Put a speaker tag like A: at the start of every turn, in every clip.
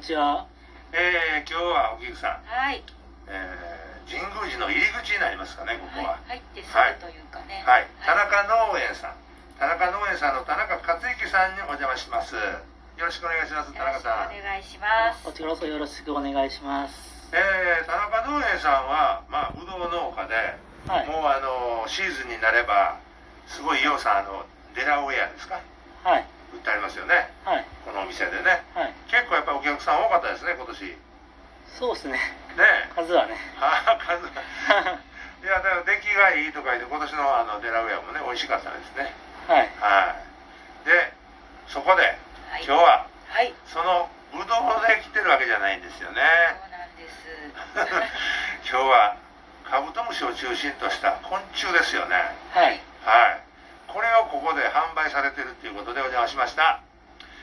A: ちは。
B: えー、今日はお菊さん、
C: はい。
B: えー、神宮寺の入り口になりますかね、ここは。
C: はい。入ってす
B: はい
C: ぐというかね。
B: はい、田
C: はい。
B: 中農園さん、田中農園さんの田中克之さんにお邪魔します。よろしくお願いします、田
C: よろ
B: 中
C: しく
B: さん。
C: お願いします
A: こ。ちらこそよろしくお願いします。
B: えー、田中農園さんは、まあ、ぶどう農家で、
A: はい。
B: もうあのシーズンになれば、すごいようさん、あのデラウェアですか、
A: はい。
B: 売ってありますよね、
A: はい。
B: このお店でね。
A: はい。
B: 結構やっぱりお客さん多かったですね、今年。ね
A: そうですね。
B: え。
A: 数はね。
B: あー数がいや、だから出来がいいとか言って、今年のあのデラウェアもね、美味しかったですね。
A: はい。
B: はい。で、そこで、
C: はい。
B: 今日は、
C: はい。
B: その、ぶどうで来てるわけじゃないんですよね。
C: そうなんです。
B: 今日は、カブトムシを中心とした昆虫ですよね。
A: はい。
B: はい。これをここで販売されてるということでお邪魔しました。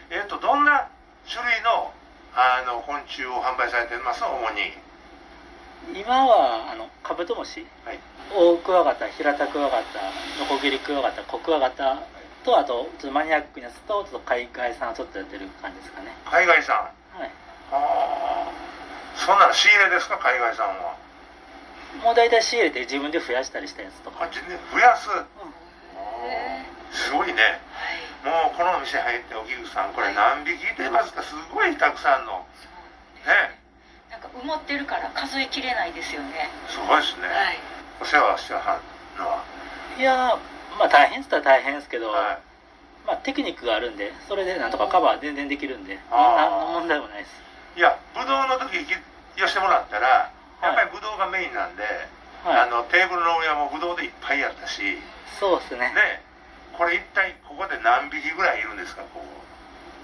B: えっ、と、どんな種類の、あの、昆虫を販売されてます主に。
A: 今は、あの、カブトムシ、
B: はい。
A: オオクワガタ、ヒラタクワガタ、ノコギリクワガタ、コクワガタと、あと、ちょっとマニアックなやつと、ちょっと海外産をちょっとやってる感じですかね。
B: 海外産。
A: はい。
B: ああ、そんなの仕入れですか、海外さんは。
A: もう大体仕入れて自分で増やしたりしたやつと
B: あ
A: か。
B: 全然増やす。
C: へ
B: すごいね。
C: ーはい。
B: もうこのお店入って、お菊さん、これ何匹いてますか、すごいたくさんの。
C: そうです
B: ね、
C: なんか埋もってるから数えきれないですよね。
B: すごいですね。
C: はい。
B: お世話してはるのは。
A: いやー、まあ大変っつったら大変ですけど、
B: はい。
A: まあテクニックがあるんで、それでなんとかカバー全然できるんで、
B: あー
A: 何の問題もないです。
B: いや、ぶどうの時、行き寄してもらったら、やっぱりぶどうがメインなんで、あ
A: はい。
B: のテーブルの上はもうぶどうでいっぱいやったし、ね、
A: そうですね。
B: これ一体ここで何匹ぐらいいるんですか、ここ。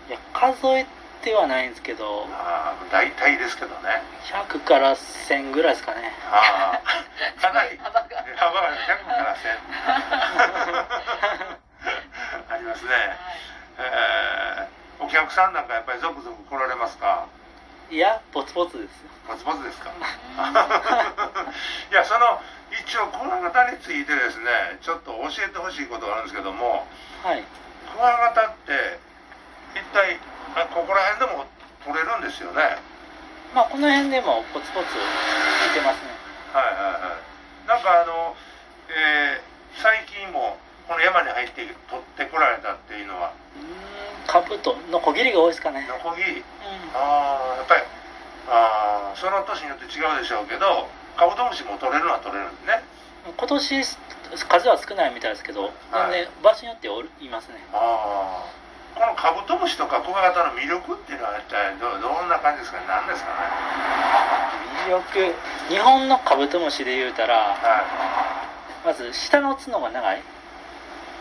A: いや、数えてはないんですけど、
B: ああ、大体ですけどね。
A: 100から1000ぐらいですかね。
B: あ あ、かなり。
C: 幅が。
B: 幅が100から1000 ありますね、
C: はい。
B: えーお客さんなんかやっぱり続々来られますか
A: いや、ポツポツですよ。
B: ポツポツですか
C: うん
B: いやその一応クワガタについてですねちょっと教えてほしいことがあるんですけども
A: はい。
B: クワガタって一体あここら辺でも取れるんですよねはい
A: まあこの辺でもポツポツいてますね。
B: はいはいなんかあの、えー最近もこの山に入って取ってこられたっていうのは
A: うーん、カブトの小切りが多いですかね。
B: ノコギリ
A: う
B: ああやっぱりああその年によって違うでしょうけどカブトムシも取れるのは取れるんですね
A: ん。今年、数は少ないみたいですけど、
B: はい
A: 全然場所によっておるいますね。
B: ああこのカブトムシとかクワガタの魅力っていうのは一体どどんな感じですかね何ですかね
A: 魅力日本のカブトムシで言うたら
B: はい
A: まず下の角が長い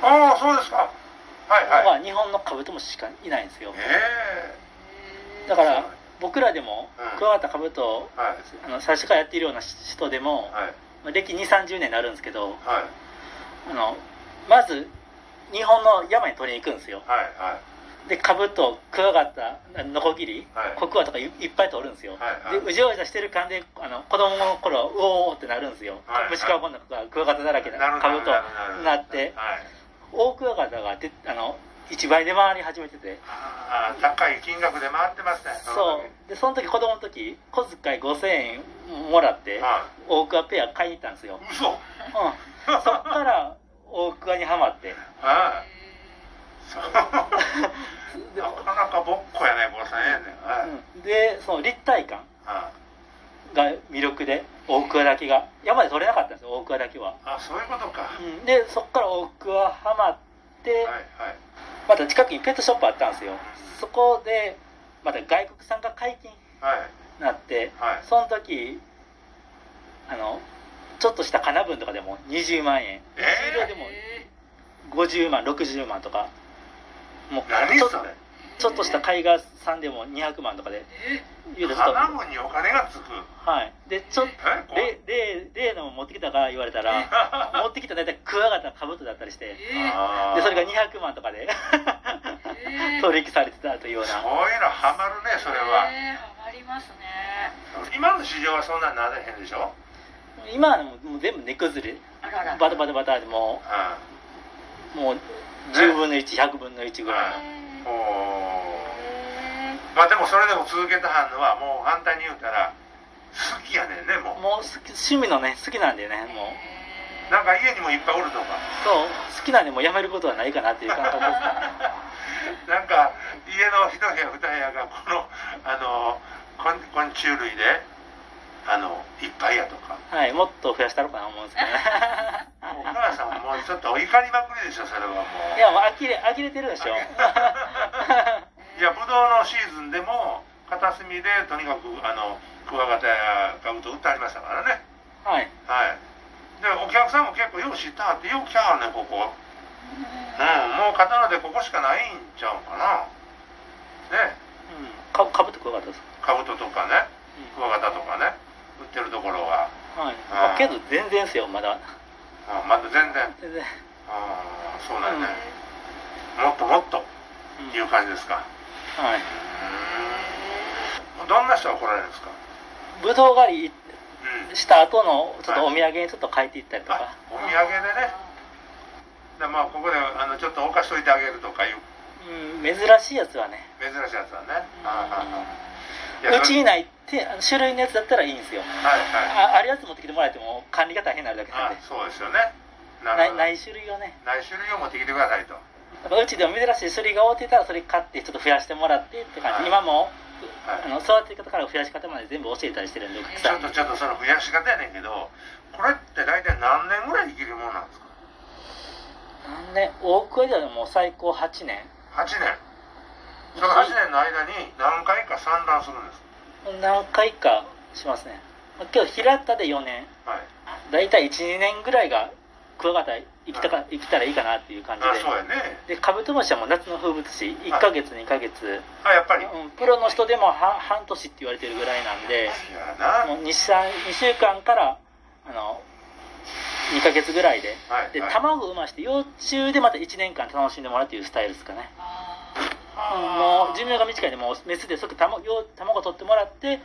B: ああそうですかはい
A: の
B: はい
A: が日本のカブトムシしかいないんですよ
B: ええ
A: だから僕らでも
B: うん
A: クワガタカブト
B: はい
A: あの最初からやっているような人で
B: は
A: も
B: い
A: まあ歴2 3 0年になるんですけ
B: は
A: ど
B: い
A: あのまず日本の山に取りに行くんですよ
B: はいはい
A: でカブトクワガタあノコギリ
B: はい
A: コクワとかいいっぱい取るんですよ
B: はいはい
A: でうじょうじゃしてる感じであの子供の頃はうおーってなるんですよ
B: はいはい
A: 虫かごの中がクワガタだらけだ
B: なるほ
A: カ
B: ど
A: ブト
B: なるほどるほど
A: なって
B: はい
A: 大クワガタがであの一倍で回り始めてて
B: ああ高い金額で回ってますねの
A: そ
B: 時
A: うでその時子供の時小遣い5000円もらって
B: は
A: 大クワペア買いに行ったんですよ、
B: い嘘
A: うん、そっから大クワにはまって
B: はいそうなか
A: で,、
B: なかぼっこやね、これさんやね。はい。
A: うん、でその立体感
B: あ
A: が魅力で大クワだけが山で取れなかったんですよ大クワだけは、
B: あ、そういうことか。は
A: うん、でそっから大クワはまって、
B: いはい。
A: また近くにペットショップあったんですよそこでまた外国産が解禁に
B: はい
A: なって
B: はい。
A: その時あのちょっとした金分とかでも20万円
B: え
A: でも50万60万とかもう
B: ー、何
A: ちょ
B: それ。
A: ちょっとした絵画さんでも200万とかで
C: え
A: 言うとちょっと
B: 花分にお金がつく。
A: はいでちょっと
B: え、これ。
A: 例例例の持ってきたから言われたら 持ってきた大体クワガタカブトだったりして
B: あー
A: でそれが200万と かで
C: え
A: 取引されてたというよう
B: そう
A: な
B: いうのハマるね、それは。
C: えーハマりますね。
B: 今の市場はそんなんなれへんでしょ。
A: 今はもうもう全部根崩れ
C: あらら。
A: バタバタバタでも
B: う
A: うもう10分の1100分の1ぐ
B: ん。
A: らいの
B: はい。おお。
C: えー
B: まあでもそれでも続けたはんのはもう反対に言うたら好きやねんねもう
A: もう好き趣味のね好きなんでねもう
C: へー
B: なんか家にもいっぱいおるとか
A: そう好きなんでもうやめることはないかなっていう感覚ですか
B: なんか家の一部屋二部屋がこのあの昆昆虫類であのいっぱいやとか
A: はいもっと増やしたろうかな思うんですけど
B: もうお
A: ね
B: 母さんもうちょっと怒りまくりでしょそれはもう
A: いやもう呆れ呆れて るでしょ
B: いやブドウのシーズンでも片隅でとにかくあのクワガタやカブト売ってありましたからね
A: はい
B: はいでお客さんも結構よう知ったはってよう来はるねここうんもう刀でここしかないんちゃうかなね
A: うんかかぶってこよかったです、
B: カブトとかね
A: う
B: クワガタとかね売ってるところは、
A: んはいまあけど全然ですよまだ
B: うん、まだ全然
A: 全然、
B: ああそうなんやね、
C: へ
B: もっともっと
A: うん
B: いう感じですか
A: はい
B: うんどんな人が来られるんですか
A: ぶどう狩り
B: うん
A: した後のちょっとお土産にちょっと変えていったりと
B: あ
A: か、
B: お土産でねでまあここであのちょっとお菓子といてあげるとかいう
A: うん、珍しいやつはね
B: 珍しいやつだね
C: うん
B: ああああいや
A: うち
B: それ
A: にないってあの種類のやつだったらいいんですよ
B: はいはい
A: ああるやつ持ってきてもらっても管理が大変になるだけなん
B: あ
A: で
B: そうですよねな
A: な
B: る
A: い
B: ほど
A: ない種類をね
B: ない種類を持ってきてくださいと
A: だからうちでも珍しい種類が多いってたらそれ買ってちょっと増やしてもらってって感
B: は
A: じ、
B: い
A: 今も
B: はい
A: あの育て方から増やし方まで全部教えたりしてるんでお客
B: ち
A: さ
B: ょ
A: ん
B: っとちょっとその増やし方やねんけどこれって大体何年ぐらい生きるもんなんですか
A: 何年多くはでもう最高8年
B: 8年その8年の間に何回か産卵するんです
A: 何回かしますね今日平田で4年
B: はい
A: 大体12年ぐらいがクワガタ生きたか生きたらいいかなっていう感じ
B: あそうやね
A: ででカブトムシはもう夏の風物詩1ヶ月2ヶ月、
B: あやっぱりい
A: うん、プロの人でも半半年って言われてるぐらいなんで
B: やな
A: もう 2, 三二週間からあの2ヶ月ぐらいで
B: はい
A: で
B: はい
A: 卵を産まして幼虫でまた1年間楽しんでもらうっていうスタイルですかね、
C: あ
A: うん、
B: あ
A: もう
B: ー
A: 寿命が短いんでもうメスで即卵幼卵取ってもらって
B: はいはい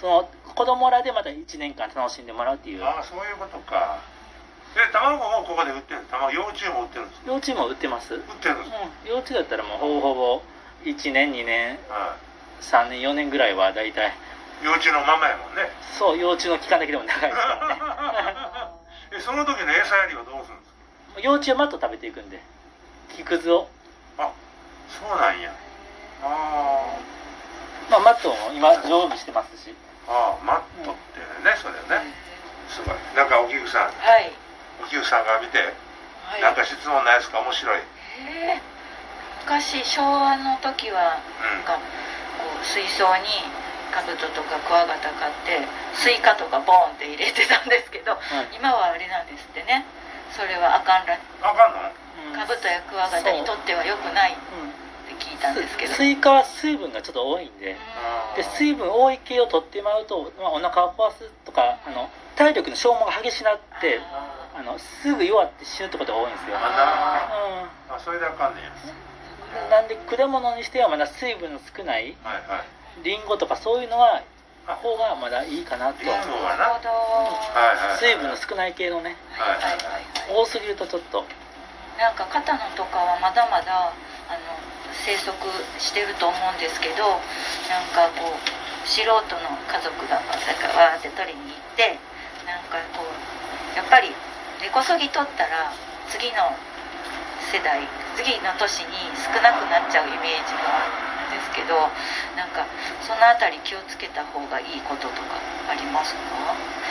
A: その子供らでまた1年間楽しんでもらうっていう
B: ああそういうことかで卵もここで売ってるんです卵幼虫も売ってるんです
A: 幼虫も売ってます、うん、
B: 売ってるんです
A: 幼虫だったらもうほぼほぼ1年2年
B: は
A: 3年4年ぐらいは大体
B: い幼虫のままやもんね
A: そう幼虫の期間だけでも長いですからね
B: えその時の餌やりはどうするんです
A: もう幼虫はまっと食べていくんで木くずを、
B: かあそうなんやあー
A: まあ、マットも今常備してますし
B: あーマットってねそれねすごいなんかお菊さん
C: ーはい
B: お菊さんが見て
C: はい
B: なんか質問ないですか面白い、うん、
C: へー昔昭和の時はなんかこう水槽にカブトとかクワガタ買ってスイカとかボーンって入れてたんですけど
A: はい
C: 今はあれなんですってねそれはあかんら
B: あかんの
A: うん
C: カブトやクワガタにとっては良くないっ
A: うん
C: て聞いたんですけど
A: スイカは水分がちょっと多いんで
C: う
A: で水分多い系を取ってもらうと、まあ、お腹を壊すとかあの体力の消耗が激しくなって
B: あ
A: あのすぐ弱って死ぬってことが多いんですよ、
B: あなる
A: う
B: ほどあそれであかんねんや
A: ん、なんで果物にしてはまだ水分の少ない
B: はいはい
A: リンゴとかそういうのは
B: あ
A: 方がまだいいかなと
B: リンゴはな
C: なるほど
B: はいはいはい
A: 水分の少ない系のね
C: はいはいはいはい
A: 多すぎるとちょっと
C: なんか肩のとかはまだまだあの生息してると思うんですけどなんかこう素人の家族がなんかわーって取りに行ってなんかこうやっぱり根こそぎ取ったら次の世代次の年に少なくなっちゃうイメージがあるんですけどなんかそのあたり気をつけた方がいいこととかありますか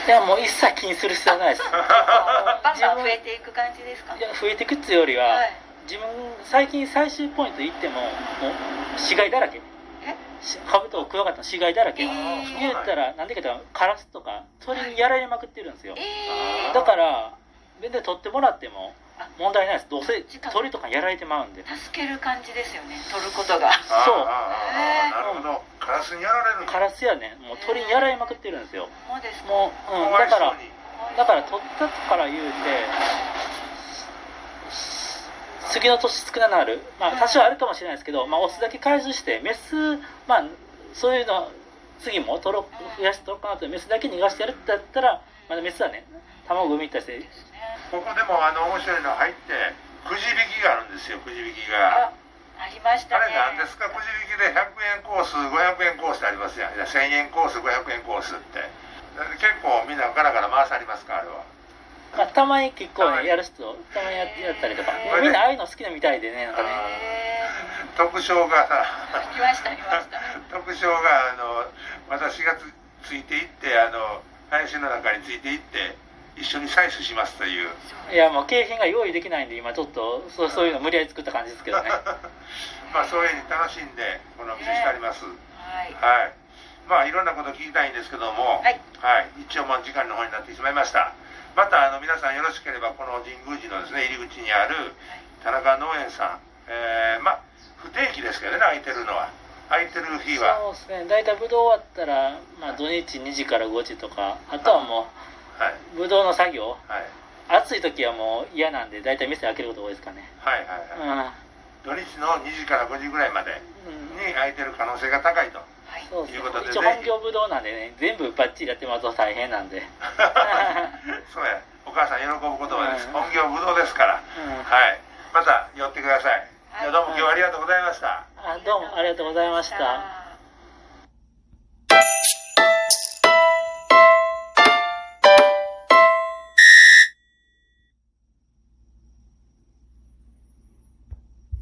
A: いやもう一切気にする必要ないです
C: バンバン増えていく感じですか
A: いや増えていくっていうよりは、
C: はい
A: 自分最近最終ポイント行ってももう死骸だらけ
C: え
A: しカブトをクワガタの死骸だらけ、
C: えー
A: 言ったらなんでかというとカラスとか鳥にやられまくってるんですよ、
C: えー
A: だから全然取ってもらっても
C: あ
A: 問題ないですどうせ
C: 時間
A: 鳥とかにやられてまうんで
C: 助ける感じですよね取ること
B: あ
C: が
B: ー
A: そう
B: あーあーなるほどカラスにやられるんや
A: カラスやねもう鳥にやられまくってるんですよ
C: もうです
A: もう、うん、
B: かわ
A: だ
B: いそ
A: か
B: う
A: ら
B: に
A: だから取ったから言うて次の年少なくなる、まあ、多少あるかもしれないですけど、まあ、オスだけ回収してメス、まあ、そういうの次も取ろ増やして取ろうかなとメスだけ逃がしてやるんだったらまだメスはね卵産みに対して
B: ここでもあの面白いの入ってくじ引きがあるんですよくじ引きが
C: あありました
B: あ
C: ね
B: れなんですかくじ引きで100円コース500円コースってありますやんいや1000円コース500円コースって結構みんなガラガラ回されますかあれは
A: まあ、たまに結構
B: はい
A: ねやる人たまにややったりとか
C: こ
B: れね
A: みんなああいうの好きなみたいでねなんかね
B: あ
C: へ
B: 特賞がさ
C: ーありましたありました
B: 特賞があの私がつついていってあの林の中についていって一緒に採取しますという
A: いやもう景品が用意できないんで今ちょっとそうそういうの無理やり作った感じですけどね
B: まあそういうふうに楽しんでこのお店してあります、
C: はい
B: はいまあいろんなこと聞きたいんですけども
C: はい
B: はい、一応もう時間の方になってしまいましたまたあの皆さんよろしければこの神宮寺のですね入り口にある田中農園さん、えーまあ不定期ですけどね空いてるのは空いてる日は、
A: そうですね大体ぶどう終わったら、まあ、土日2時から5時とかあとはも
B: はい、
A: うぶどうの作業
B: はい
A: 暑い時はもう嫌なんで大体店開けることが多いですかね
B: はいは
A: う
B: い
A: ん、
B: はい土日の2時から5時ぐらいまで
A: うん
B: に空いてる可能性が高いと
C: はい
A: そうですね
B: ということで
A: 一応本業ぶどうなんでね全部バッチリやってもらうと大変な んで、
B: そうやお母さん喜ぶ言葉です
A: うん
B: 本業ぶどうですから
A: うん
B: はいまた寄ってください、
C: はい
B: じゃあどうも今日はありがとうございました、
A: あどうもありがとうございました。